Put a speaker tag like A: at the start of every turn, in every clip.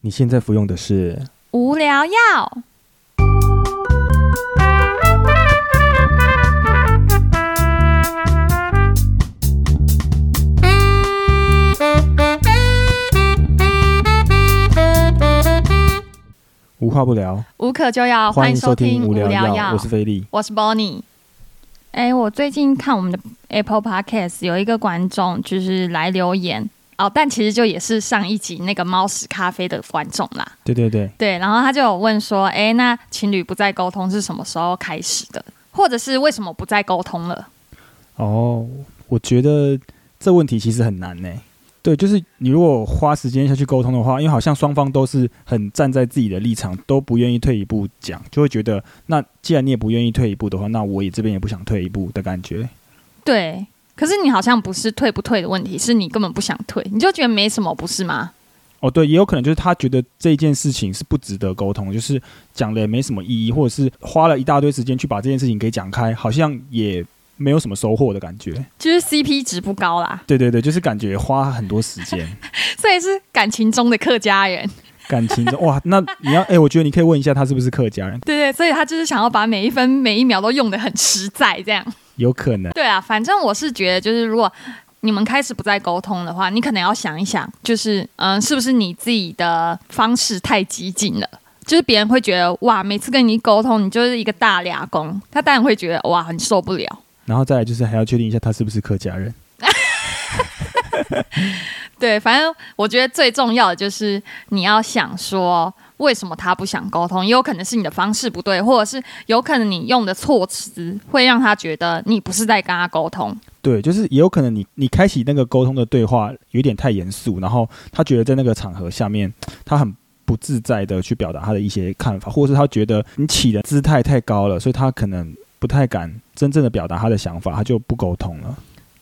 A: 你现在服用的是
B: 无聊药。
A: 无话不聊，
B: 无可救药，
A: 哦欢
B: 迎
A: 迎收听
B: 听
A: 无聊
B: 聊
A: 药，我是菲力。
B: 我是 Bonnie。哎，我最近看我们的 Apple Podcast 有一个观众就是来留言哦，但其实就也是上一集那个猫屎咖啡的观众啦。
A: 对对对，
B: 对，然后他就有问说，哎，那情侣不再沟通是什么时候开始的，或者是为什么不再沟通了？
A: 哦，我觉得这问题其实很难呢。对，就是你如果花时间下去沟通的话，因为好像双方都是很站在自己的立场，都不愿意退一步讲，就会觉得那既然你也不愿意退一步的话，那我也这边也不想退一步的感觉。
B: 对，可是你好像不是退不退的问题，是你根本不想退，你就觉得没什么，不是吗？
A: 哦，对，也有可能就是他觉得这件事情是不值得沟通，就是讲了也没什么意义，或者是花了一大堆时间去把这件事情给讲开，好像也没有什么收获的感觉。
B: 就是 CP 值不高啦，
A: 对对对，就是感觉花很多时间，
B: 所以是感情中的客家人。
A: 感情中哇，那你要哎、我觉得你可以问一下他是不是客家人，
B: 对对，所以他就是想要把每一分每一秒都用的很实在，这样。
A: 有可能
B: 对啊，反正我是觉得，就是如果你们开始不再沟通的话，你可能要想一想，就是嗯，是不是你自己的方式太激进了？就是别人会觉得哇，每次跟你沟通，你就是一个大俩工，他当然会觉得哇，很受不了。
A: 然后再来就是还要确定一下他是不是客家人。
B: 对，反正我觉得最重要的就是你要想说，为什么他不想沟通？也有可能是你的方式不对，或者是有可能你用的措辞会让他觉得你不是在跟他沟通。
A: 对，就是也有可能你你开启那个沟通的对话有点太严肃，然后他觉得在那个场合下面他很不自在的去表达他的一些看法，或者是他觉得你起的姿态太高了，所以他可能不太敢真正的表达他的想法，他就不沟通了，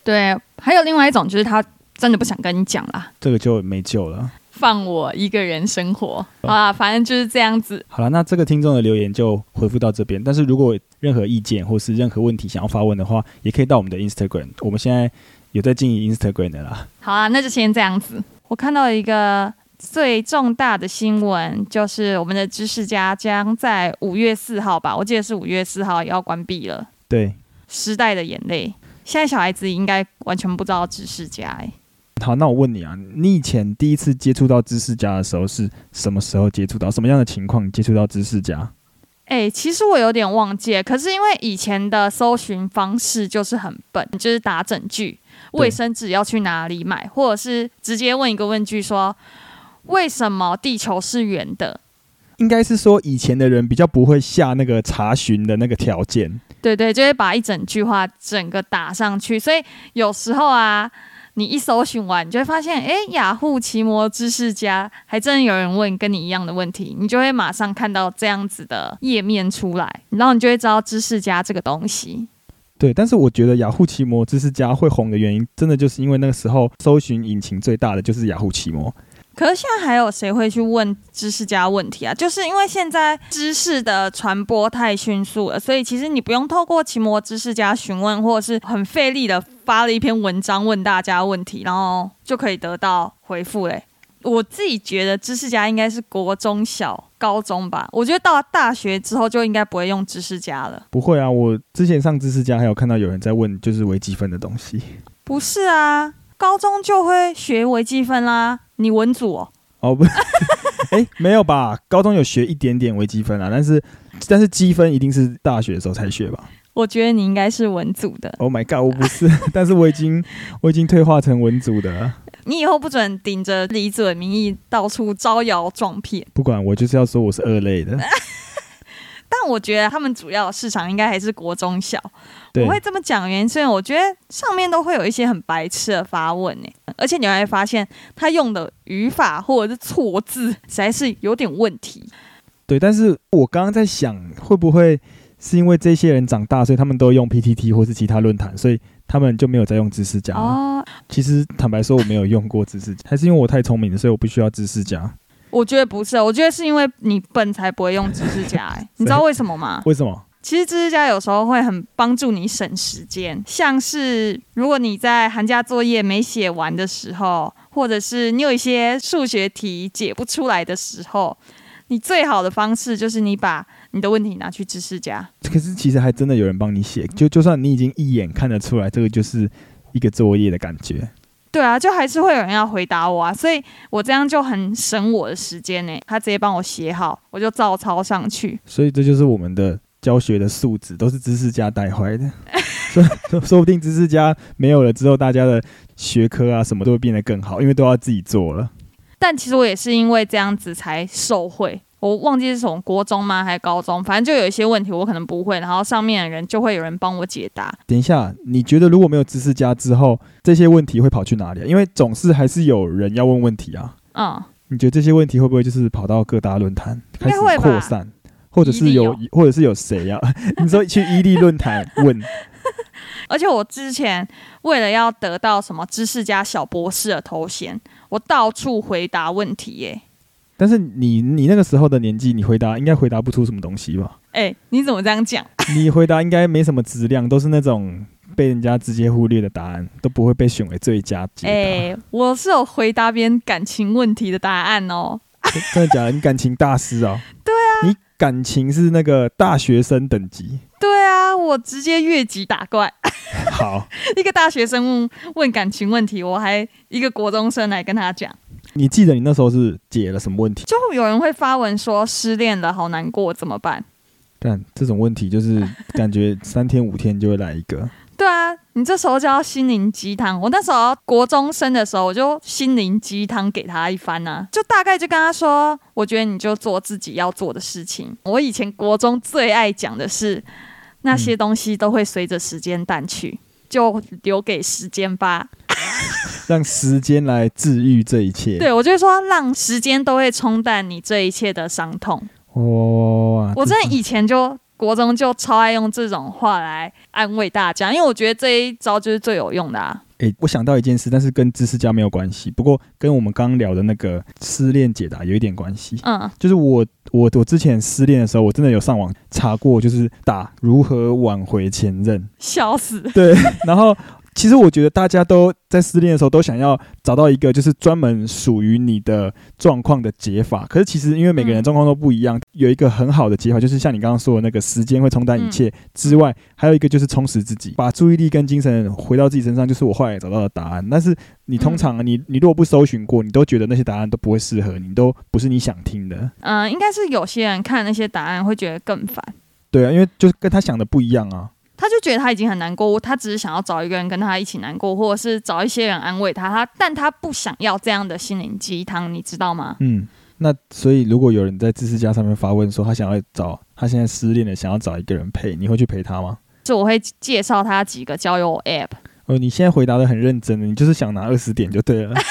B: 对，还有另外一种就是他真的不想跟你讲啦，
A: 这个就没救了。
B: 放我一个人生活啊，反正就是这样子。
A: 好了，那这个听众的留言就回复到这边。但是如果有任何意见或是任何问题想要发问的话，也可以到我们的 Instagram，我们现在有在经营 Instagram 的啦。
B: 好啊，那就先这样子。我看到一个最重大的新闻，就是我们的知识家将在五月四号吧，我记得是五月四号也要关闭了。
A: 对，
B: 时代的眼泪，现在小孩子应该完全不知道知识家、欸。
A: 好，那我问你啊，你以前第一次接触到知识家的时候是什么时候接触到？什么样的情况接触到知识家？
B: 哎、其实我有点忘记了，可是因为以前的搜寻方式就是很笨，就是打整句，
A: 对
B: 卫生纸要去哪里买，或者是直接问一个问句说，为什么地球是圆的？
A: 应该是说以前的人比较不会下那个查询的那个条件。
B: 对对，就会把一整句话整个打上去，所以有时候啊，你一搜寻完，你就会发现，哎，雅虎奇摩知识家还真有人问跟你一样的问题，你就会马上看到这样子的页面出来，然后你就会知道知识家这个东西。
A: 对，但是我觉得雅虎奇摩知识家会红的原因，真的就是因为那个时候搜寻引擎最大的就是雅虎奇摩。
B: 可是现在还有谁会去问知识家问题啊？就是因为现在知识的传播太迅速了，所以其实你不用透过奇摩知识家询问，或者是很费力的发了一篇文章问大家问题，然后就可以得到回复嘞。我自己觉得知识家应该是国中小、高中吧，我觉得到了大学之后就应该不会用知识家了。
A: 不会啊，我之前上知识家还有看到有人在问就是微积分的东西。
B: 不是啊，高中就会学微积分啦。你文组哦，
A: 哦不， 哎、没有吧？高中有学一点点微积分啊，但是但是积分一定是大学的时候才学吧
B: 我觉得你应该是文组的。
A: ？Oh my god，我不是， 但是我已经我已经退化成文组的了。
B: 你以后不准顶着李子的名义到处招摇撞骗。
A: 不管我就是要说我是二类 的，
B: 但我觉得他们主要的市场应该还是国中小。
A: 对
B: 我，会这么讲，原因是因为我觉得上面都会有一些很白痴的发问呢，而且你还会发现他用的语法或者是错字实在是有点问题。
A: 对。但是我刚刚在想，会不会是因为这些人长大，所以他们都用 PTT 或是其他论坛，所以他们就没有在用知识家了？
B: 哦，
A: 其实坦白说，我没有用过知识家，还是因为我太聪明了，所以我不需要知识家。
B: 我觉得不是，我觉得是因为你笨才不会用知识家欸，你知道为什么吗？
A: 为什么？
B: 其实知识家有时候会很帮助你省时间，像是如果你在寒假作业没写完的时候，或者是你有一些数学题解不出来的时候，你最好的方式就是你把你的问题拿去知识家。
A: 可是其实还真的有人帮你写，就就算你已经一眼看得出来，这个就是一个作业的感觉。
B: 对啊，就还是会有人要回答我啊，所以我这样就很省我的时间呢、欸他直接帮我写好，我就照抄上去。
A: 所以这就是我们的教学的素质，都是知识家带坏 的。说说说不定知识家没有了之后，大家的学科啊什么都会变得更好，因为都要自己做了。
B: 但其实我也是因为这样子才受惠。我忘记是从国中吗，还是高中，反正就有一些问题我可能不会，然后上面的人就会有人帮我解答。
A: 等一下，你觉得如果没有知识家之后，这些问题会跑去哪里、啊？因为总是还是有人要问问题啊。
B: 嗯，
A: 你觉得这些问题会不会就是跑到各大论坛开
B: 应该
A: 始
B: 会吧，E
A: 扩
B: 哦
A: 散，或者是有，
B: 伊
A: 或者是有谁呀、 你说去伊 利论坛问，
B: 而且我之前为了要得到什么知识家小博士的头衔，我到处回答问题耶、
A: 但是你你那个时候的年纪，你回答应该回答不出什么东西吧？
B: 哎、你怎么这样讲？
A: 你回答应该没什么质量，都是那种被人家直接忽略的答案，都不会被选为最佳解答。
B: 哎、我是有回答别人感情问题的答案哦。
A: 真真的假的？你感情大师哦？
B: 对
A: 啊，你感情是那个大学生等级。
B: 对啊，我直接越级打怪。
A: 好，
B: 一个大学生问问感情问题，我还一个国中生来跟他讲，
A: 你记得你那时候是解了什么问题？
B: 就有人会发文说失恋了好难过怎么办？
A: 但这种问题就是感觉三天五天就会来一个。
B: 对啊，你这时候就要心灵鸡汤。我那时候国中生的时候，我就心灵鸡汤给他一番啊，就大概就跟他说，我觉得你就做自己要做的事情。我以前国中最爱讲的是，那些东西都会随着时间淡去，就留给时间吧。
A: 让时间来治愈这一切。
B: 对，我就会说，让时间都会冲淡你这一切的伤痛。
A: 哇，
B: 我真
A: 这
B: 的以前就国中就超爱用这种话来安慰大家，因为我觉得这一招就是最有用的啊。
A: 诶、我想到一件事，但是跟知识家没有关系，不过跟我们刚刚聊的那个失恋解答有一点关系。
B: 嗯，
A: 就是我我我之前失恋的时候，我真的有上网查过，就是打如何挽回前任。
B: 笑死。
A: 对，然后其实我觉得大家都在失恋的时候都想要找到一个就是专门属于你的状况的解法，可是其实因为每个人
B: 嗯
A: 状况都不一样，有一个很好的解法就是像你刚刚说的那个时间会冲淡一切之外，还有一个就是充实自己，把注意力跟精神回到自己身上，就是我后来找到的答案。但是你通常啊你你如果不搜寻过，你都觉得那些答案都不会适合你，都不是你想听的。
B: 嗯，应该是有些人看那些答案会觉得更烦，
A: 对啊，因为就是跟他想的不一样啊。
B: 他就觉得他已经很难过，他只是想要找一个人跟他一起难过，或者是找一些人安慰他，他但他不想要这样的心灵鸡汤，你知道吗？
A: 嗯，那所以如果有人在知识家上面发问说他想要找他现在失恋了，想要找一个人陪，你会去陪他吗？
B: 所以我会介绍他几个交友 app。
A: 哦，你现在回答的很认真的，你就是想拿二十点就对了。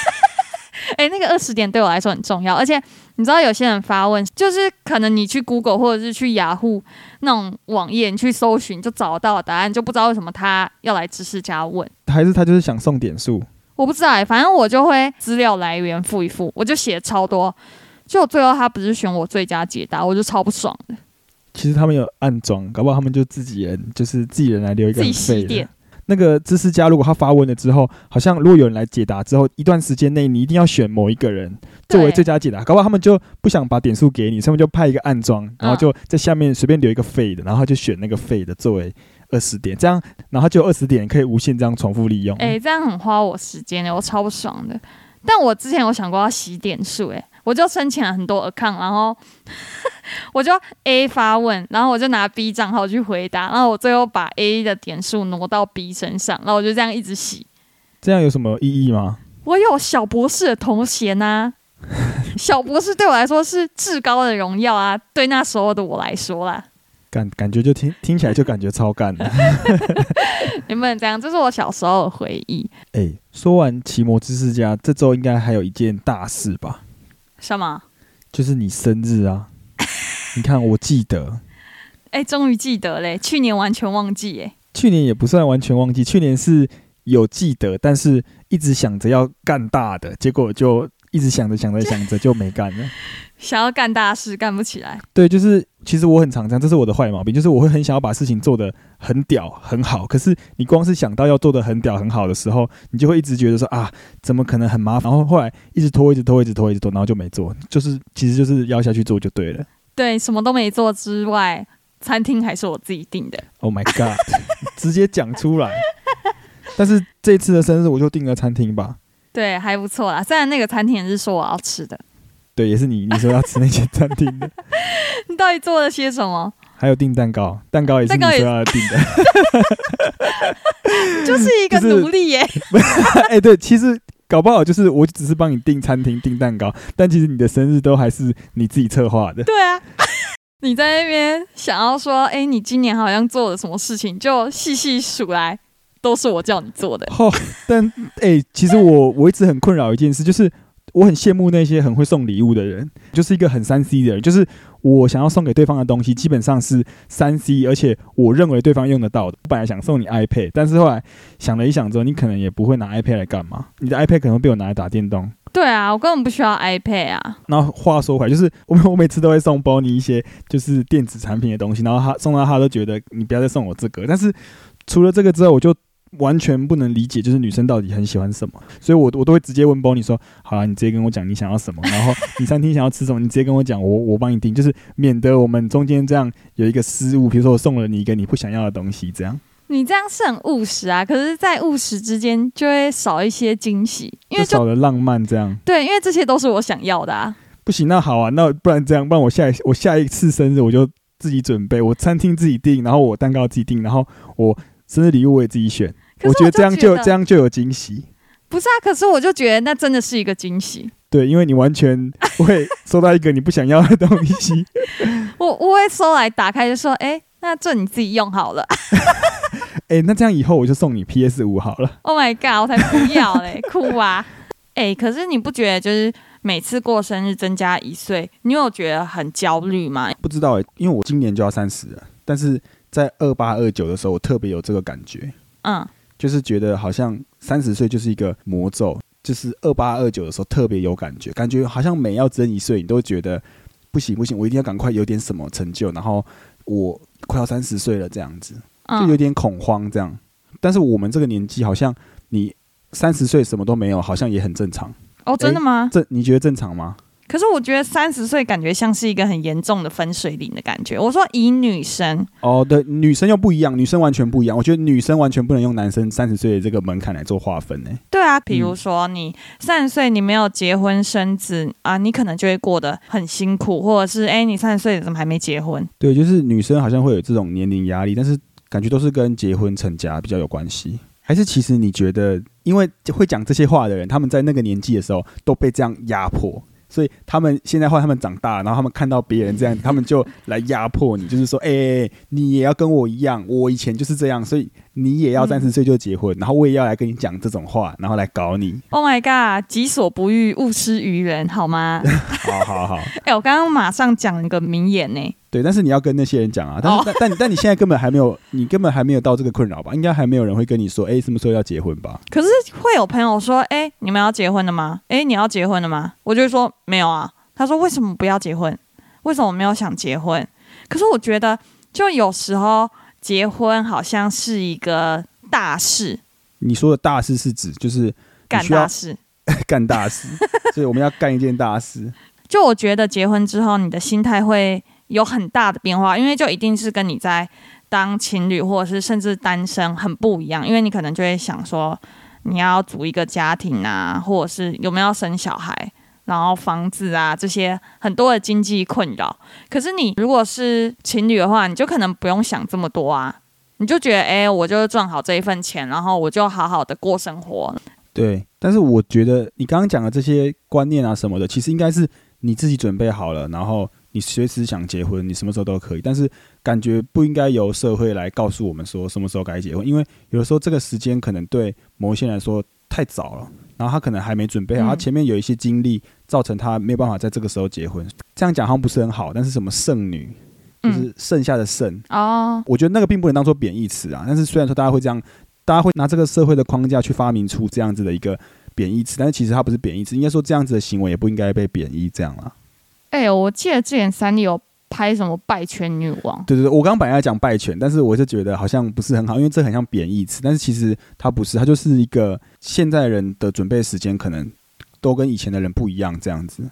B: 哎、那个二十点对我来说很重要，而且你知道有些人发问，就是可能你去 Google 或者是去雅虎那种网页，你去搜寻就找到答案，就不知道为什么他要来知识家问。
A: 还是他就是想送点数？
B: 我不知道、欸，反正我就会资料来源复一复，我就写超多。就最后他不是选我最佳解答，我就超不爽的，
A: 其实他们有暗装，搞不好他们就自己人，就是自己人来留一个
B: 自己
A: 很
B: 洗
A: 废的
B: 点。。
A: 那个知识家如果他发问了之后，好像如果有人来解答之后，一段时间内你一定要选某一个人
B: 对
A: 作为最佳解答，搞不好他们就不想把点数给你，所以他们就派一个暗装，然
B: 嗯
A: 后就在下面随便留一个废的，然后他就选那个废的作为二十点，这样然后就有二十点可以无限这样重复利用。
B: 哎、这样很花我时间的、欸我超不爽的。但我之前有想过要洗点数，哎，我就申请了很多 account，然后 我就 A 发问，然后我就拿 B 账号去回答，然后我最后把 A 的点数挪到 B 身上，然后我就这样一直洗。
A: 这样有什么意义吗？
B: 我有小博士的头衔呐、 小博士对我来说是至高的荣耀啊，对那时候的我来说啦。
A: 感感觉就听听起来就感觉超干 的。
B: 你们这样，这是我小时候的回忆。
A: 哎、说完奇摩知识家，这周应该还有一件大事吧，
B: 什么？
A: 就是你生日啊！ 你看，我记得。
B: 哎、终于记得嘞，去年完全忘记哎。
A: 去年也不算完全忘记，去年是有记得，但是一直想着要干大的，结果就一直想着想着想着就没干了。
B: 想要干大事干不起来。
A: 对，就是其实我很常这样，这是我的坏毛病，就是我会很想要把事情做得很屌很好，可是你光是想到要做得很屌很好的时候，你就会一直觉得说啊，怎么可能很麻烦？然后后来一直拖，一直拖，一直拖，一直拖，然后就没做，就是其实就是要下去做就对了。
B: 对，什么都没做之外，餐厅还是我自己订的。
A: Oh my god！直 接讲出来。但是这次的生日我就订了餐厅吧，
B: 对，还不错啦。虽然那个餐厅也是说我要吃的，
A: 对，也是你你说要吃那间餐厅的，
B: 你到底做了些什么？
A: 还有订蛋糕，蛋糕也是你
B: 蛋糕也
A: 说要订的。
B: 就是一个
A: 就是
B: 奴隶耶、
A: 哎、对，其实搞不好就是我只是帮你订餐厅、订蛋糕，但其实你的生日都还是你自己策划的。
B: 对啊， 你在那边想要说，哎、你今年好像做了什么事情，就细细数来，都是我叫你做的。
A: 哦，但哎、其实我我一直很困扰一件事，就是我很羡慕那些很会送礼物的人，就是一个很三 C 的人，就是我想要送给对方的东西，基本上是三 C，而且我认为对方用得到的。我本来想送你 iPad，但是后来想了一想之后，你可能也不会拿 iPad 来干嘛，你的 iPad 可能会被我拿来打电动。
B: 对啊，我根本不需要 iPad 啊。
A: 然后话说回来，就是我我每次 都会送 Bonnie 一些就是电子产品的东西，然后他送到他都觉得你不要再送我这个。但是除了这个之外，我就完全不能理解，就是女生到底很喜欢什么，所以我我都会直接问 Bonnie 说：“好了，你直接跟我讲你想要什么，然后你餐厅想要吃什么，你直接跟我讲，我我帮你订，就是免得我们中间这样有一个失误。比如说我送了你一个你不想要的东西，这样
B: 你这样是很务实啊，可是，在务实之间就会少一些惊喜，因
A: 就
B: 为就
A: 少了浪漫，这样
B: 对，因为这些都是我想要的啊。
A: 不行。那好啊，那不然这样，不然我下一我下一次生日我就自己准备，我餐厅自己订，然后我蛋糕自己订，然后我生日礼物我也自己选。
B: 可是
A: 觉得这样就
B: 得
A: 这样就有惊喜。
B: 不是啊，可是我就觉得那真的是一个惊喜。
A: 对，因为你完全不会收到一个你不想要的东 西，
B: 我我会收来打开就说，哎、那这你自己用好了。
A: 哎、那这样以后我就送你 PS 五好了。
B: Oh my god，我才不要嘞， 哭啊！哎、可是你不觉得就是每次过生日增加一岁，你有觉得很焦虑吗？
A: 不知道、欸，因为我今年就要三十了，但是在二八二九的时候，我特别有这个感觉，
B: 嗯，
A: 就是觉得好像三十岁就是一个魔咒，就是二八二九的时候特别有感觉，感觉好像每要增一岁，你都觉得不行不行，我一定要赶快有点什么成就，然后我快要三十岁了这样子。就有
B: 嗯
A: 点恐慌这样。但是我们这个年纪，好像你三十岁什么都没有，好像也很正常。
B: 哦，真的吗？
A: 这你觉得正常吗？
B: 可是我觉得三十岁感觉像是一个很严重的分水岭的感觉。我说以女生，
A: 哦，对，女生又不一样，女生完全不一样。我觉得女生完全不能用男生三十岁的这个门槛来做划分欸呢、
B: 对啊，比如说
A: 嗯
B: 你三十岁你没有结婚生子啊，你可能就会过得很辛苦，或者是哎、你三十岁怎么还没结婚？
A: 对，就是女生好像会有这种年龄压力，但是感觉都是跟结婚成家比较有关系。还是其实你觉得，因为会讲这些话的人，他们在那个年纪的时候都被这样压迫，所以他们现在换他们长大，然后他们看到别人这样，他们就来压迫你，就是说，哎、你也要跟我一样，我以前就是这样，所以你也要
B: 嗯
A: 三十岁就结婚，然后我也要来跟你讲这种话，然后来搞你。
B: Oh my god！己所不欲，勿施于人，好 吗？
A: 好好好，
B: 哎、我刚刚马上讲一个名言呢。
A: 对，但是你要跟那些人讲啊，但是、
B: 哦
A: 但但你但你现在根本还没有，你根本还没有到这个困扰吧？应该还没有人会跟你说，哎、什么时候要结婚吧？
B: 可是会有朋友说：“哎、你们要结婚了吗？哎、你要结婚了吗？”我就会说：“没有啊。”他说：“为什么不要结婚？为什么没有想结婚？”可是我觉得，就有时候结婚好像是一个大事，
A: 你说的大事是指就是
B: 干
A: 需要
B: 大事。
A: 干大事，所以我们要干一件大事。
B: 就我觉得结婚之后，你的心态会有很大的变化，因为就一定是跟你在当情侣或者是甚至单身很不一样，因为你可能就会想说，你要组一个家庭啊，或者是有没有要生小孩，然后房子啊这些很多的经济困扰。可是你如果是情侣的话，你就可能不用想这么多啊。你就觉得，哎、我就赚好这一份钱，然后我就好好的过生活。
A: 对，但是我觉得你刚刚讲的这些观念啊什么的，其实应该是你自己准备好了，然后你随时想结婚，你什么时候都可以。但是感觉不应该由社会来告诉我们说什么时候该结婚，因为有的时候这个时间可能对某些人来说太早了，然后他可能还没准备好，
B: 嗯
A: 他前面有一些经历造成他没有办法在这个时候结婚。这样讲好像不是很好，但是什么剩女，就
B: 嗯，
A: 是剩下的剩，
B: 哦，
A: 我觉得那个并不能当做贬义词啊。但是虽然说大家会这样，大家会拿这个社会的框架去发明出这样子的一个贬义词，但是其实它不是贬义词，应该说这样子的行为也不应该被贬义这样啦。
C: 哎、我记得之前三立有拍什么《拜权女王
A: 对对对，我刚刚本来要讲败犬，但是我就觉得好像不是很好，因为这很像贬义词，但是其实它不是，它就是一个现代人的准备时间可能都跟以前的人不一样这样子。》。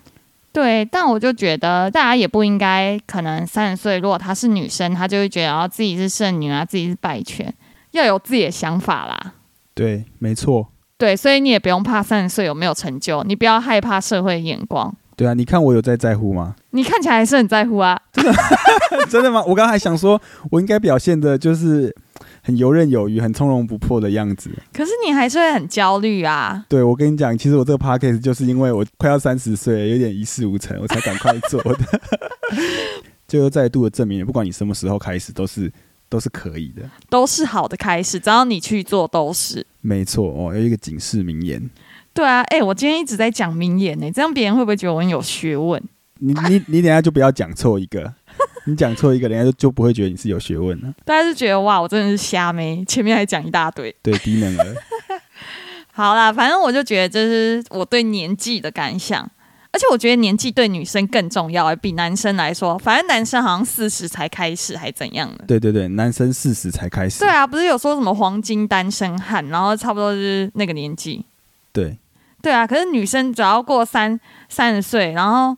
C: 对，但我就觉得大家也不应该，可能三十岁如果她是女生，她就会觉得啊自己是剩女啊，自己是败犬，要有自己的想法啦。
A: 对，没错。
C: 对，所以你也不用怕三十岁有没有成就，你不要害怕社会眼光。
A: 对啊，你看我有在在乎吗？
C: 你看起来还是很在乎啊，
A: 真的吗？我刚才还想说，我应该表现的就是很游刃有余、很从容不迫的样子。
B: 可是你还是会很焦虑啊。
A: 对我跟你讲，其实我这个 podcast 就是因为我快要三十岁了，有点一事无成，我才赶快做的。 就又再度的证明，不管你什么时候开始，都是都是可以的。
B: 都是好的开始，只要你去做都是。
A: 没错哦，有一个警示名言。
B: 对啊，哎、我今天一直在讲名言呢、这样别人会不会觉得我很有学问？
A: 你你你等一下就不要讲错一个，你讲错一个，人家就就不会觉得你是有学问了。
B: 大家就觉得哇，我真的是瞎妹，前面还讲一大堆。
A: 对，低能儿。
B: 好啦，反正我就觉得这是我对年纪的感想，而且我觉得年纪对女生更重要、欸比男生来说，反正男生好像四十才开始，还怎样呢？
A: 对对对，男生四十才开始。
B: 对啊，不是有说什么黄金单身汉，然后差不多就是那个年纪。
A: 对
B: 对啊，可是女生只要过三三十岁，然后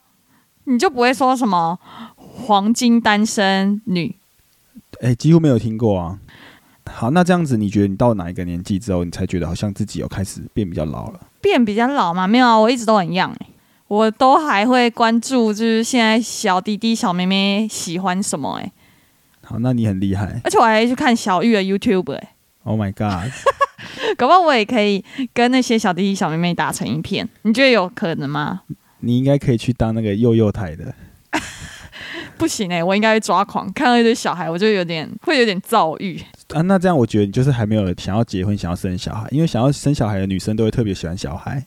B: 你就不会说什么黄金单身女。
A: 哎、几乎没有听过啊。好，那这样子，你觉得你到哪一个年纪之后，你才觉得好像自己有开始变比较老了？
B: 变比较老嘛？没有啊，我一直都很 young，、欸、我都还会关注，就是现在小弟弟、小妹妹喜欢什么、欸，
A: 好，那你很厉害
B: 而且我还去看小玉的 YouTube，哎、
A: ，Oh my god！
B: 搞不好我也可以跟那些小弟弟、小妹妹打成一片，你觉得有可能吗？
A: 你应该可以去当那个幼幼台的。
B: 不行哎、欸我应该会抓狂，看到一堆小孩，我就有点会有点躁郁。
A: 啊，那这样我觉得你就是还没有想要结婚、想要生小孩，因为想要生小孩的女生都会特别喜欢小孩。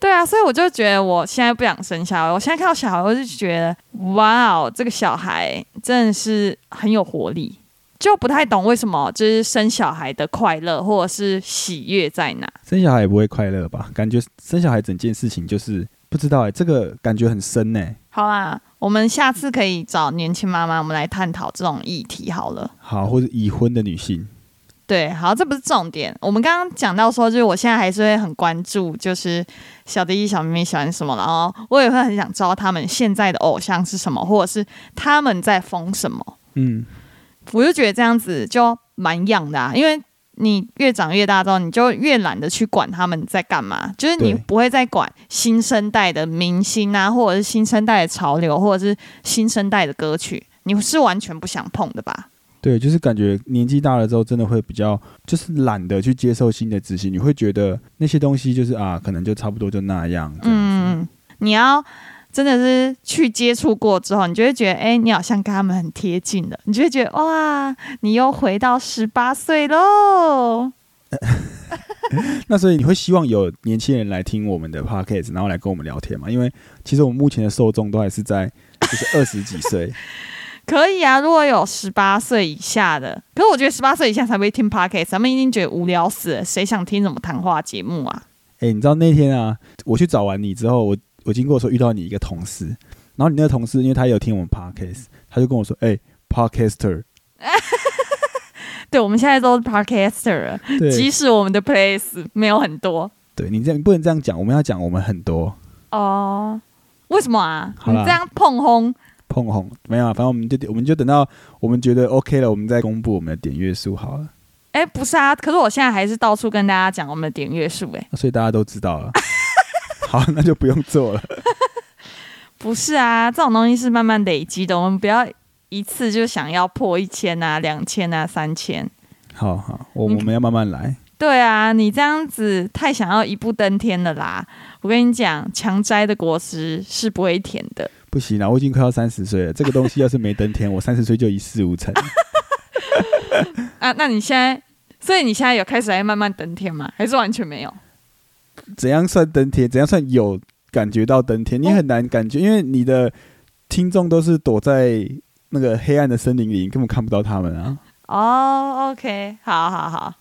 B: 对啊，所以我就觉得我现在不想生小孩。我现在看到小孩，我就觉得哇哦，这个小孩真的是很有活力，就不太懂为什么就是生小孩的快乐或者是喜悦在哪。
A: 生小孩也不会快乐吧？感觉生小孩整件事情就是不知道哎、这个感觉很深欸呢、
B: 好啦，我们下次可以找年轻妈妈，我们来探讨这种议题好了。
A: 好，或者已婚的女性，
B: 对，好，这不是重点。我们刚刚讲到说，就是我现在还是会很关注，就是小弟弟、小妹妹喜欢什么，然后我也会很想知道他们现在的偶像是什么，或者是他们在疯什么。
A: 嗯，
B: 我就觉得这样子就蛮样的啊，因为你越长越大之后，你就越懒得去管他们在干嘛，就是你
A: 对
B: 不会再管新生代的明星啊，或者是新生代的潮流，或者是新生代的歌曲，你是完全不想碰的吧？
A: 对，就是感觉年纪大了之后，真的会比较就是懒得去接受新的资讯，你会觉得那些东西就是啊，可能就差不多就那样。嗯，
B: 嗯，你要真的是去接触过之后，你就会觉得，哎、你好像跟他们很贴近了，你就会觉得，哇，你又回到十八岁喽。
A: 那所以你会希望有年轻人来听我们的 podcast，然后来跟我们聊天嘛？因为其实我们目前的受众都还是在就是二十几岁，
B: 可以啊，如果有十八岁以下的，可是我觉得十八岁以下才会听 podcast，咱们一定觉得无聊死了，谁想听什么谈话节目啊？
A: 哎、你知道那天啊，我去找完你之后，我我经过的时候遇到你一个同事，然后你那个同事因为他也有听我们 podcast，他就跟我说：“哎、p o d c a s t e r
B: 对，我们现在都是 podcaster 了，即
A: 对，
B: 使我们的 place 没有很多
A: 对你这样你不能这样讲，我们要讲我们很多
B: 哦。为什么啊？
A: 好
B: 你
A: 啦
B: 这样碰轰，
A: 碰红，没有、啊，反正我们就我们就等到我们觉得 OK 了，我们再公布我们的点阅数好了，
B: 哎、不是啊，可是我现在还是到处跟大家讲我们的点阅数，哎，
A: 那所以大家都知道了。好，那就不用做了。
B: 不是啊，这种东西是慢慢累积的，我们不要一次就想要破一千啊、两千啊、三千。
A: 好好，我我们要慢慢来。
B: 对啊，你这样子太想要一步登天了啦！我跟你讲，强摘的果实是不会甜的。
A: 不行啊了，我已经快要三十岁了，这个东西要是没登天，我三十岁就一事无成。
B: 啊，那你现在，所以你现在有开始在慢慢登天吗？还是完全没有？
A: 怎样算登天？怎样算有感觉到登天？你很难感觉，因为你的听众都是躲在那个黑暗的森林里，你根本看不到他们啊。
B: 哦、o k 好好好。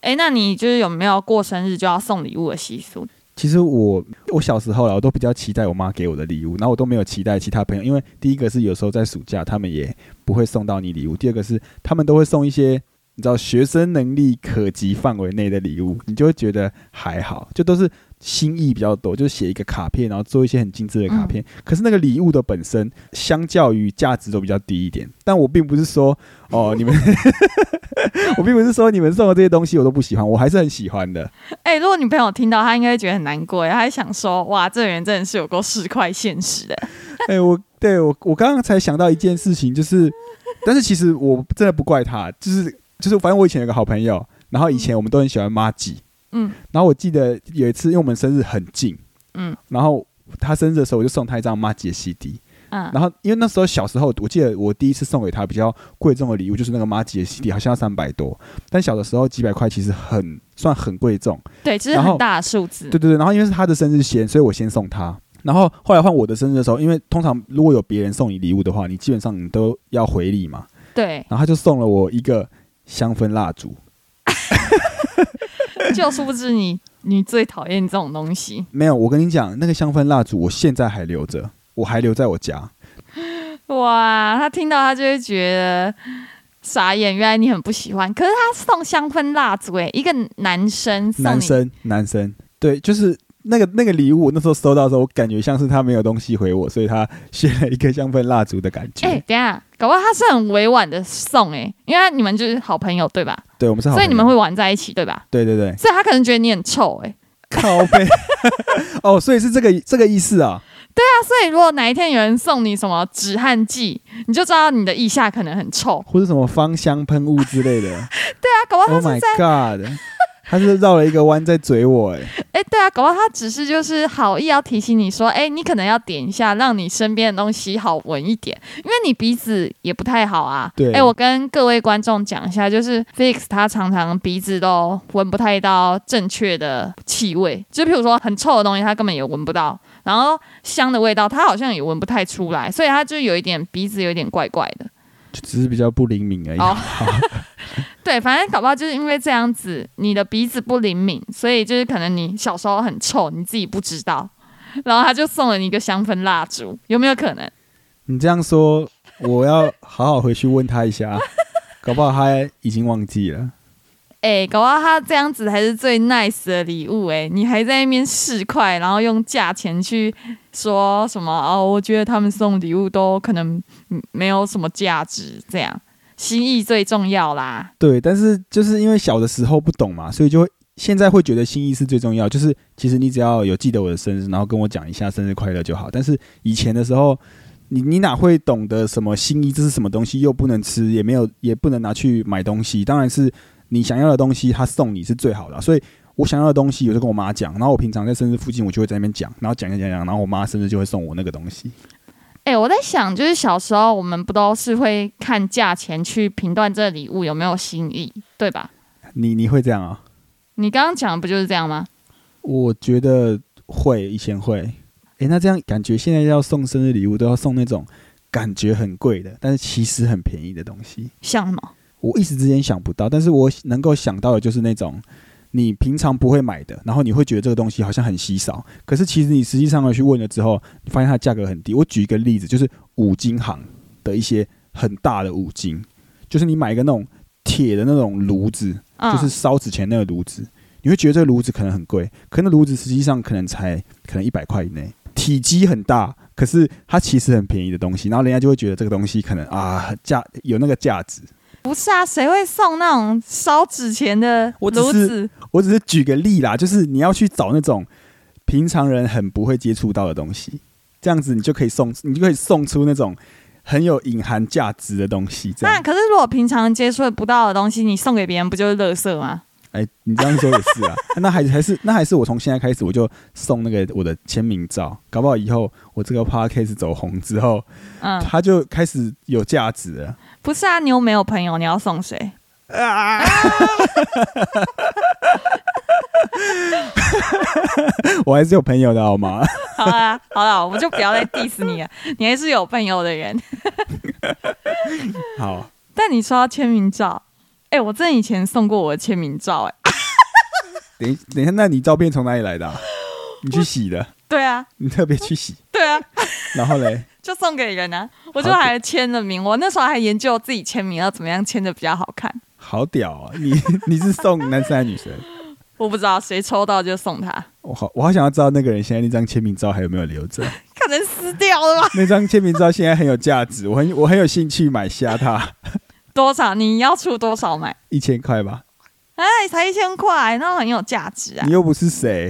B: 哎、那你就是有没有过生日就要送礼物的习俗？
A: 其实我我小时候啦，我都比较期待我妈给我的礼物，然后我都没有期待其他朋友，因为第一个是有时候在暑假他们也不会送到你礼物，第二个是他们都会送一些你知道学生能力可及范围内的礼物，你就会觉得还好，就都是心意比较多，就是写一个卡片，然后做一些很精致的卡片。可是那个礼物的本身，相较于价值都比较低一点。但我并不是说哦你们， 我并不是说你们送的这些东西我都不喜欢，我还是很喜欢的。
B: 哎、如果你朋友听到，他应该会觉得很难过，他还想说，哇，这人真的是有够市侩现实的。
A: 哎、我对我我刚刚才想到一件事情，就是，但是其实我真的不怪他，就是就是，反正我以前有个好朋友，然后以前我们都很喜欢妈吉，
B: 嗯
A: 然后我记得有一次，因为我们生日很近，
B: 嗯
A: 然后他生日的时候，我就送他一张妈吉的 CD，
B: 嗯
A: 然后因为那时候小时候，我记得我第一次送给他比较贵重的礼物就是那个妈吉的 CD，好像要三百多，但小的时候几百块其实很算很贵重，
B: 对，这是
A: 然后
B: 很大的数字。
A: 对对对，然后因为是他的生日先，所以我先送他。然后后来换我的生日的时候，因为通常如果有别人送你礼物的话，你基本上你都要回礼嘛。
B: 对，
A: 然后他就送了我一个香氛蜡烛，
B: 就殊不知你你最讨厌这种东西。
A: 没有，我跟你讲，那个香氛蜡烛我现在还留着，我还留在我家。
B: 哇，他听到他就会觉得傻眼，原来你很不喜欢。可是他送香氛蜡烛，哎，一个男生送你，
A: 男生，男生，对，就是那个那个礼物，我那时候收到的时候，我感觉像是他没有东西回我，所以他选了一个香氛蜡烛的感觉。
B: 哎、等一下，搞不好他是很委婉的送、哎，因为你们就是好朋友对吧？
A: 对，我们是好，
B: 所以你们会，玩在一起对吧？
A: 对对对，
B: 所以他可能觉得你很臭、哎。
A: 靠背， 哦，所以是这个这个意思啊。
B: 所以如果哪一天有人送你什么止汗剂，你就知道你的腋下可能很臭。
A: 或者什么芳香喷雾之类 的。
B: 对啊，搞不
A: oh
B: 好他
A: my
B: 是在
A: god！他是绕了一个弯在嘴我、欸，
B: 哎、对啊，搞不好他只是就是好意要提醒你说，哎、你可能要点一下，让你身边的东西好闻一点，因为你鼻子也不太好啊。
A: 对
B: 哎、我跟各位观众讲一下，就是 Felix 他常常鼻子都闻不太到正确的气味，就譬如说很臭的东西，他根本也闻不到，然后香的味道他好像也闻不太出来，所以他就有一点鼻子有一点怪怪的。
A: 就只是比较不灵敏而已。
B: 哦对，反正搞不好就是因为这样子，你的鼻子不灵敏，所以就是可能你小时候很臭，你自己不知道，然后他就送了你一个香氛蜡烛，有没有可能？
A: 你这样说，我要好好回去问他一下，搞不好他已经忘记了。
B: 哎、搞不好他这样子才是最 nice 的礼物哎、你还在那边试块，然后用价钱去说什么哦？我觉得他们送礼物都可能嗯没有什么价值，这样心意最重要啦。
A: 对，但是就是因为小的时候不懂嘛，所以就会现在会觉得心意是最重要。就是其实你只要有记得我的生日，然后跟我讲一下生日快乐就好。但是以前的时候，你你哪会懂得什么心意这是什么东西？又不能吃，也没有也不能拿去买东西。当然是你想要的东西，他送你是最好的啊、所以。我想要的东西，我就跟我妈讲，然后我平常在生日附近，我就会在那边讲，然后讲讲讲讲，然后我妈生日就会送我那个东西。
B: 哎、我在想，就是小时候我们不都是会看价钱去评断这礼物有没有新意，对吧？
A: 你你会这样啊？
B: 你刚刚讲的不就是这样吗？
A: 我觉得会，以前会。诶，那这样感觉现在要送生日礼物都要送那种感觉很贵的，但是其实很便宜的东西。
B: 像什么？
A: 我一时之间想不到，但是我能够想到的就是那种你平常不会买的，然后你会觉得这个东西好像很稀少，可是其实你实际上要去问了之后，你发现它的价格很低。我举一个例子，就是五金行的一些很大的五金，就是你买一个那种铁的那种炉子，
B: 嗯，
A: 就是烧纸钱那个炉子，你会觉得这个炉子可能很贵，可那炉子实际上可能才可能一百块以内，体积很大，可是它其实很便宜的东西，然后人家就会觉得这个东西可能啊价有那个价值。
B: 不是啊？谁会送那种烧纸钱的
A: 我只
B: 炉
A: 是
B: 子？
A: 我只是举个例啦，就是你要去找那种平常人很不会接触到的东西，这样子你就可以送，你就可以送出那种很有隐含价值的东西。这
B: 那
A: 样，
B: 可是如果平常接触不到的东西，你送给别人不就是垃圾吗？
A: 哎、你这样说也是啊， 那还还是那还是我从现在开始我就送那个我的签名照，搞不好以后我这个 podcast 走红之后，
B: 嗯，
A: 它就开始有价值了。
B: 不是啊，你又没有朋友，你要送谁？
A: 啊 我还是有朋友的好吗？
B: 好啦，好啦，我们就不要再 diss 你了，你还是有朋友的人。
A: 好，
B: 但你说到签名照，哎、我真的以前送过我的签名照、哎。
A: 等一等一下，那你照片从哪里来的啊、你去洗的，
B: 对啊，
A: 你特别去洗，
B: 对啊，
A: 然后嘞，
B: 就送给人啊，我就
A: 好
B: 还签了名，我那时候还研究自己签名要怎么样签的比较好看，
A: 好屌啊！你你是送男生还是女生？
B: 我不知道谁抽到就送他，
A: 我好，我好想要知道那个人现在那张签名照还有没有留着？
B: 可能撕掉了吧？
A: 那张签名照现在很有价值，我很我很有兴趣买下它，
B: 多少？你要出多少买？
A: 一千块吧。
B: 哎，才一千块，那很有价值啊
A: 你！又不是谁，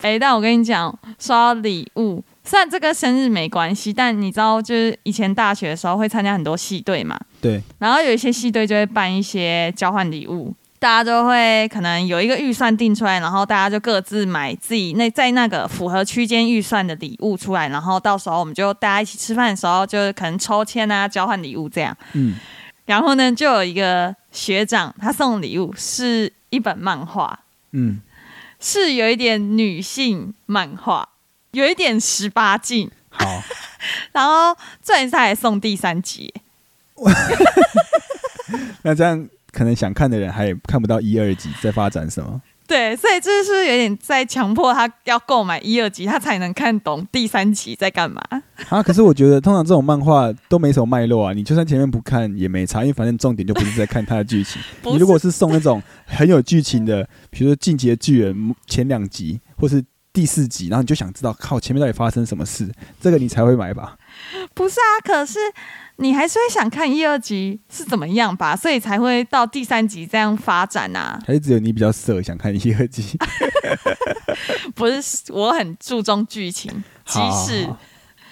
B: 哎、但我跟你讲，说到礼物，虽然这跟生日没关系，但你知道，就是以前大学的时候会参加很多系队嘛，
A: 对，
B: 然后有一些系队就会办一些交换礼物，大家就会可能有一个预算定出来，然后大家就各自买自己那在那个符合区间预算的礼物出来，然后到时候我们就大家一起吃饭的时候，就是可能抽签啊，交换礼物这样。
A: 嗯，
B: 然后呢，就有一个学长，他送礼物是一本漫画，
A: 嗯，
B: 是有一点女性漫画，有一点十八禁，
A: 好，
B: 然后重点是他还送第三集，
A: 那这样可能想看的人还看不到一二集在发展什么。
B: 对，所以这是有点在强迫他要购买一二集，他才能看懂第三集在干嘛。。
A: 啊，可是我觉得通常这种漫画都没什么脉络啊，你就算前面不看也没差，因为反正重点就不是在看它的剧情
B: 不
A: 你如果是送那种很有剧情的，比如说《进击的巨人》前两集或是第四集，然后你就想知道靠前面到底发生什么事，这个你才会买吧？
B: 不是啊，可是你还是会想看一二集是怎么样吧，所以才会到第三集这样发展啊。
A: 还是只有你比较色，想看一二集？
B: 不是，我很注重剧情，即
A: 好
B: 使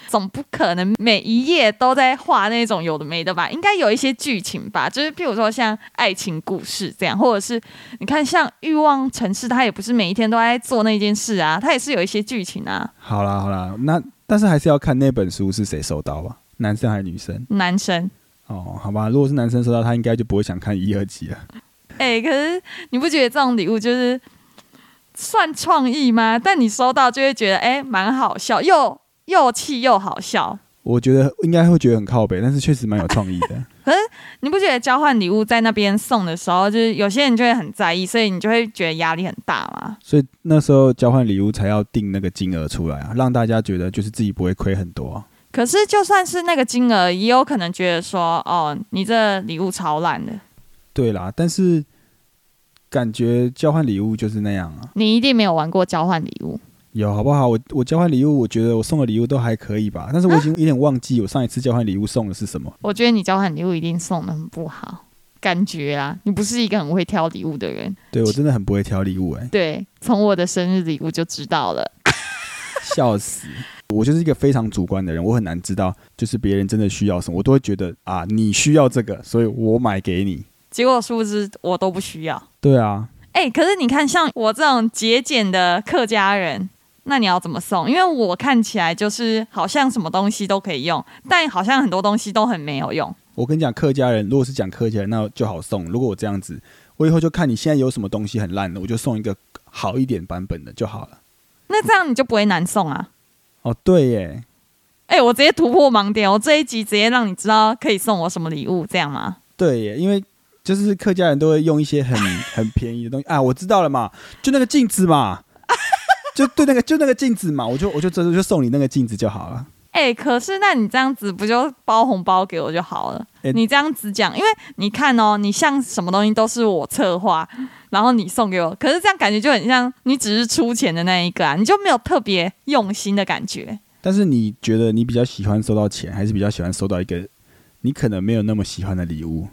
B: 总不可能每一页都在画那种有的没的吧？应该有一些剧情吧，就是譬如说像爱情故事这样，或者是你看像《欲望城市》，它也不是每一天都在做那件事啊，它也是有一些剧情啊。
A: 好啦好啦，那但是还是要看那本书是谁收到吧，男生还是女生？
B: 男生，
A: 哦，好吧，如果是男生收到，他应该就不会想看一二集了。
B: 哎、可是你不觉得这种礼物就是算创意吗？但你收到就会觉得，哎、蛮好笑，又又气又好笑。
A: 我觉得应该会觉得很靠北，但是确实蛮有创意的。
B: 你不觉得交换礼物在那边送的时候，就是有些人就会很在意，所以你就会觉得压力很大嘛？
A: 所以那时候交换礼物才要定那个金额出来啊，让大家觉得就是自己不会亏很多、啊。
B: 可是就算是那个金额，也有可能觉得说，哦，你这礼物超烂的，
A: 对啦，但是感觉交换礼物就是那样啊。
B: 你一定没有玩过交换礼物。
A: 有好不好？我我交换礼物，我觉得我送的礼物都还可以吧，但是我已经有点忘记我上一次交换礼物送的是什么。
B: 我觉得你交换礼物一定送的很不好，感觉啊，你不是一个很会挑礼物的人。
A: 对我真的很不会挑礼物、欸，
B: 对，从我的生日礼物就知道了。
A: 笑死！我就是一个非常主观的人，我很难知道就是别人真的需要什么，我都会觉得啊，你需要这个，所以我买给你。
B: 结果殊不知我都不需要。
A: 对啊，
B: 哎、可是你看，像我这种节俭的客家人，那你要怎么送？因为我看起来就是好像什么东西都可以用，但好像很多东西都很没有用。
A: 我跟你讲，客家人如果是讲客家人，那就好送。如果我这样子，我以后就看你现在有什么东西很烂的，我就送一个好一点版本的就好了。
B: 那这样你就不会难送啊！
A: 哦，对耶，
B: 哎、我直接突破盲点，我这一集直接让你知道可以送我什么礼物，这样吗？
A: 对耶，因为就是客家人都会用一些很很便宜的东西啊，我知道了嘛，就那个镜子嘛，就对那个就那个镜子嘛，我就我就这就送你那个镜子就好了。
B: 哎、可是那你这样子不就包红包给我就好了？
A: 哎
B: 你这样子讲，因为你看哦，你像什么东西都是我策划，然后你送给我，可是这样感觉就很像你只是出钱的那一个啊，你就没有特别用心的感觉。
A: 但是你觉得你比较喜欢收到钱，还是比较喜欢收到一个你可能没有那么喜欢的礼物？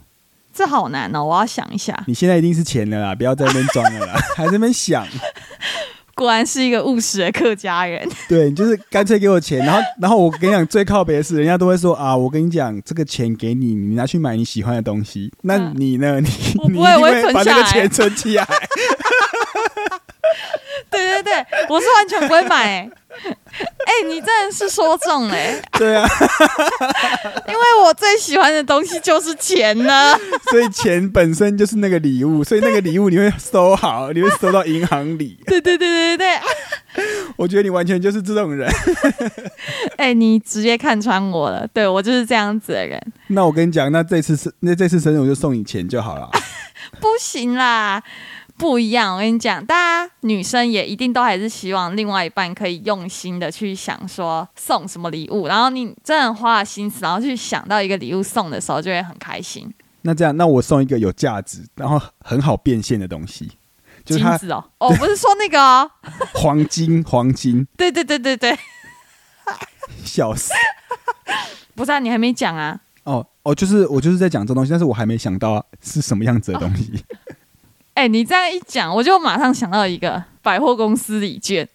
B: 这好难哦，我要想一下。
A: 你现在一定是钱了啦，不要在那边装了 啦，还在那边想。
B: 果然是一个务实的客家人。
A: 对，你就是干脆给我钱，然后然后我跟你讲最靠北的是，人家都会说啊，我跟你讲这个钱给你，你拿去买你喜欢的东西。那
B: 嗯
A: 你呢？你
B: 我
A: 你一
B: 不会
A: 定
B: 我会存
A: 会把
B: 下
A: 那个
B: 来
A: 钱存起来。
B: 对对对，我是完全不会买、欸。哎、你真的是说中了、欸，
A: 对啊，
B: 因为我最喜欢的东西就是钱呢。
A: 所以钱本身就是那个礼物，所以那个礼物你会收好，你会收到银行里。
B: 对对对对对，啊对
A: 我觉得你完全就是这种人。
B: 哎、你直接看穿我了。对我就是这样子的人，
A: 那我跟你讲，那这次生那这次生日我就送你钱就好了。
B: 不行啦。不一样。我跟你讲，大家女生也一定都还是希望另外一半可以用心的去想说送什么礼物，然后你真的花了心思，然后去想到一个礼物送的时候，就会很开心。
A: 那这样，那我送一个有价值，然后很好变现的东西，就是
B: 金
A: 它
B: 子哦，哦，不是说那个哦，
A: 黄金，黄金，
B: 对对对对对，
A: 笑死。
B: 不是啊，你还没讲啊。
A: 哦哦，就是我就是在讲这东西，但是我还没想到是什么样子的东 西。
B: 哎、你这样一讲，我就马上想到一个百货公司礼券，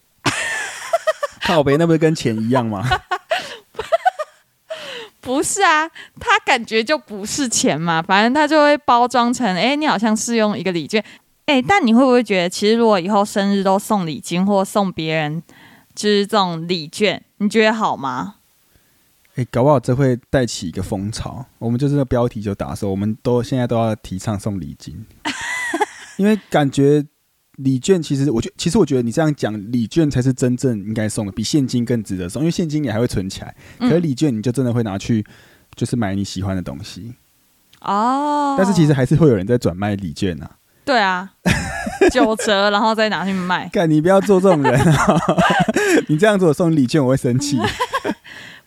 A: 靠北，那不是跟钱一样吗？
B: 不是啊，它感觉就不是钱嘛，反正它就会包装成，哎、你好像是用一个礼券，
D: 哎、但你会不会觉得，其实如果以后生日都送礼金或送别人，就是这种礼券，你觉得好吗？
A: 哎、搞不好这会带起一个风潮。我们就这个标题就打说，我们都现在都要提倡送礼金，因为感觉礼券其实，我觉其实我觉得你这样讲，礼券才是真正应该送的，比现金更值得送，因为现金你还会存起来，可是
B: 嗯
A: 礼券你就真的会拿去。就是买你喜欢的东西，
D: 哦，
A: 但是其实还是会有人在转卖礼券啊！
B: 对 啊，九折，然后再拿去卖，
A: 干，你不要做这种人啊！你这样子我送你礼券，我会生气。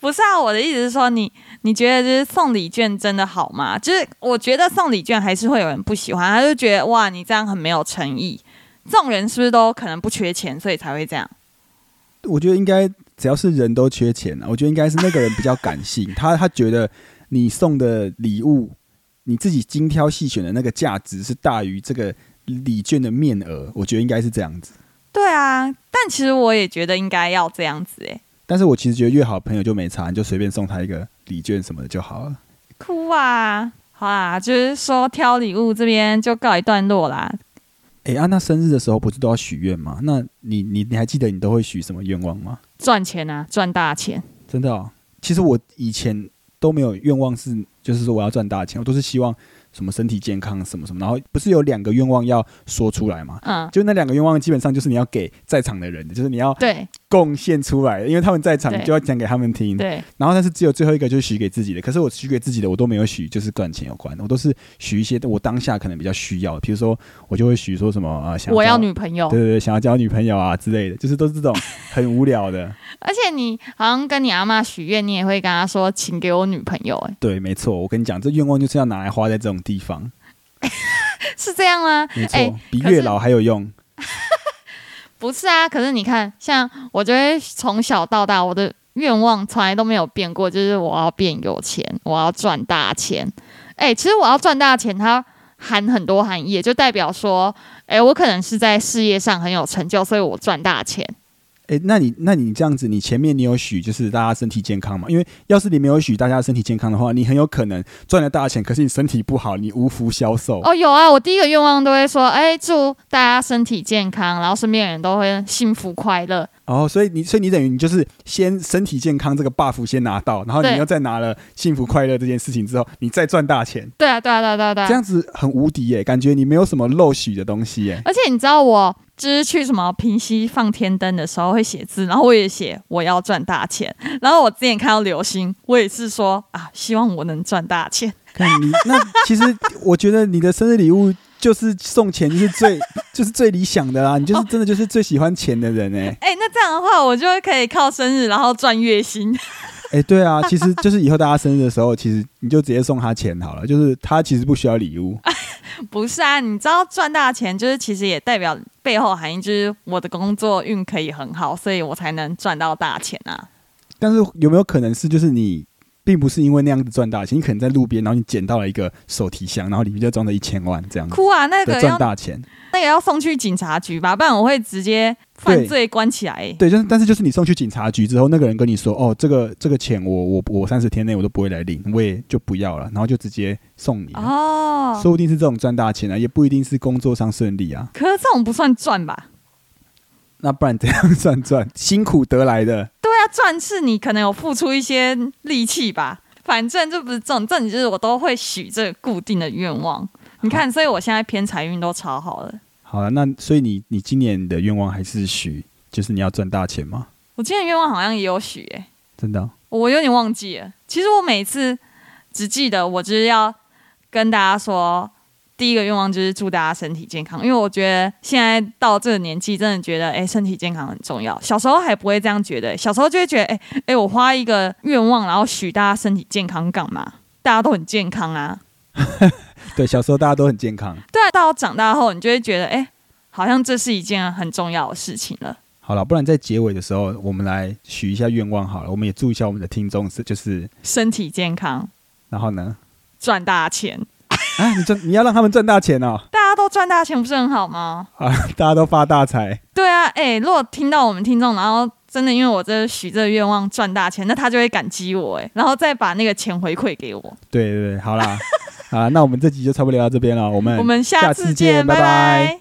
D: 不是啊，我的意思是说你，你觉得就是送礼券真的好吗？就是我觉得送礼券还是会有人不喜欢，他就觉得哇，你这样很没有诚意。这种人是不是都可能不缺钱，所以才会这样？
A: 我觉得应该只要是人都缺钱啊，我觉得应该是那个人比较感性， 他他觉得你送的礼物，你自己精挑细选的那个价值是大于这个礼券的面额，我觉得应该是这样子。
D: 对啊，但其实我也觉得应该要这样子哎、
B: 欸
A: 但是我其实觉得越好的朋友就没差，你就随便送他一个礼券什么的就好了。
B: 哭啊！好啦，就是说挑礼物这边就告一段落啦。
A: 诶，安、啊、娜生日的时候不是都要许愿吗？那你你你还记得你都会许什么愿望吗？
B: 赚钱啊，赚大钱！
A: 真的哦，其实我以前都没有愿望是，就是说我要赚大钱，我都是希望什么身体健康什么什么，然后不是有两个愿望要说出来吗？
B: 嗯，
A: 就那两个愿望，基本上就是你要给在场的人的，就是你要
B: 对
A: 贡献出来，因为他们在场，
B: 对
A: 你就要讲给他们听。
B: 对，
A: 然后，但是只有最后一个就是许给自己的。可是我许给自己的，我都没有许就是赚钱有关的，我都是许一些我当下可能比较需要的，比如说我就会许说什么啊、呃想
B: 我要
A: 交
B: 女朋友
A: 对。对对，想要交女朋友啊之类的，就是都是这种很无聊的。
B: 而且你好像跟你阿妈许愿，你也会跟她说，请给我女朋友、欸，
A: 对，没错，我跟你讲，这愿望就是要拿来花在这种地方，
B: 是这样吗？
A: 没错，
B: 哎
A: 比
B: 可是
A: 月老还有用。
B: 不是啊，可是你看，像我就会从小到大，我的愿望从来都没有变过，就是我要变有钱，我要赚大钱。哎、其实我要赚大钱，它含很多含义，也就代表说，哎、我可能是在事业上很有成就，所以我赚大钱。
A: 哎，那你那你这样子，你前面你有许就是大家身体健康嘛？因为要是你没有许大家身体健康的话，你很有可能赚了大钱，可是你身体不好，你无福消受。
B: 哦，有啊，我第一个愿望都会说，哎、祝大家身体健康，然后身边的人都会幸福快乐。
A: 哦，所以你所以你等于你就是先身体健康这个 buff 先拿到，然后你
B: 对
A: 又再拿了幸福快乐这件事情之后，你再赚大钱，
B: 对啊，对啊，对啊，对啊，对啊
A: 这样子很无敌耶，感觉你没有什么漏许的东西耶。
B: 而且你知道我就是去什么平溪放天灯的时候会写字，然后我也写我要赚大钱。然后我之前看到流星，我也是说啊，希望我能赚大钱。
A: 看你那其实我觉得你的生日礼物就是送钱，就是最 就是最理想的啦。你就是真的就是最喜欢钱的人哎、
B: 哎、那这样的话，我就会可以靠生日然后赚月薪。
A: 哎、对啊，其实就是以后大家生日的时候，其实你就直接送他钱好了，就是他其实不需要礼物。
B: 不是啊，你知道赚大钱就是其实也代表背后含义，就是我的工作运可以很好，所以我才能赚到大钱啊。
A: 但是有没有可能是就是你并不是因为那样子赚大钱，你可能在路边，然后你捡到了一个手提箱，然后里面就装着一千万这样子
B: 哭啊，那
A: 的
B: 个
A: 嗯赚
B: 要
A: 大钱。
B: 那个要送去警察局吧，不然我会直接犯
A: 对
B: 罪关起来、欸。
A: 对，就是但是就是你送去警察局之后，那个人跟你说，哦，这个这个钱我我我三十天内我都不会来领，我也就不要了，然后就直接送你了。
B: 哦，
A: 说不定是这种赚大钱啊，也不一定是工作上顺利啊。
B: 可是这种不算赚吧？
A: 那不然怎样算 赚？辛苦得来的，
B: 对啊，赚是你可能有付出一些力气吧。反正这不是重，重点就是我都会许这个固定的愿望。你看，所以我现在偏财运都超好了。
A: 好了，那所以你你今年的愿望还是许，就是你要赚大钱吗？
B: 我今年愿望好像也有许诶、
A: 真的哦、
B: 我有点忘记了。其实我每次只记得我就是要跟大家说第一个愿望就是祝大家身体健康，因为我觉得现在到这个年纪，真的觉得哎、身体健康很重要。小时候还不会这样觉得，小时候就会觉得哎哎、我花一个愿望，然后许大家身体健康干嘛？大家都很健康啊。
A: 对，小时候大家都很健康。
B: 对啊，到长大后你就会觉得哎、好像这是一件很重要的事情了。
A: 好了，不然在结尾的时候，我们来许一下愿望好了。我们也祝一下我们的听众是就是，
B: 身体健康，
A: 然后呢，
B: 赚大钱，
A: 啊，你赚你要让他们赚大钱哦，
B: 大家都赚大钱不是很好吗？
A: 啊，大家都发大财。
B: 对啊，哎、如果听到我们听众，然后真的因为我这许这个愿望赚大钱，那他就会感激我，哎，然后再把那个钱回馈给我。
A: 对 对对，好啦，啊，那我们这集就差不多聊到这边了，我们
B: 我们
A: 下
B: 下
A: 次
B: 次
A: 见
B: 见，
A: 拜拜
B: 拜拜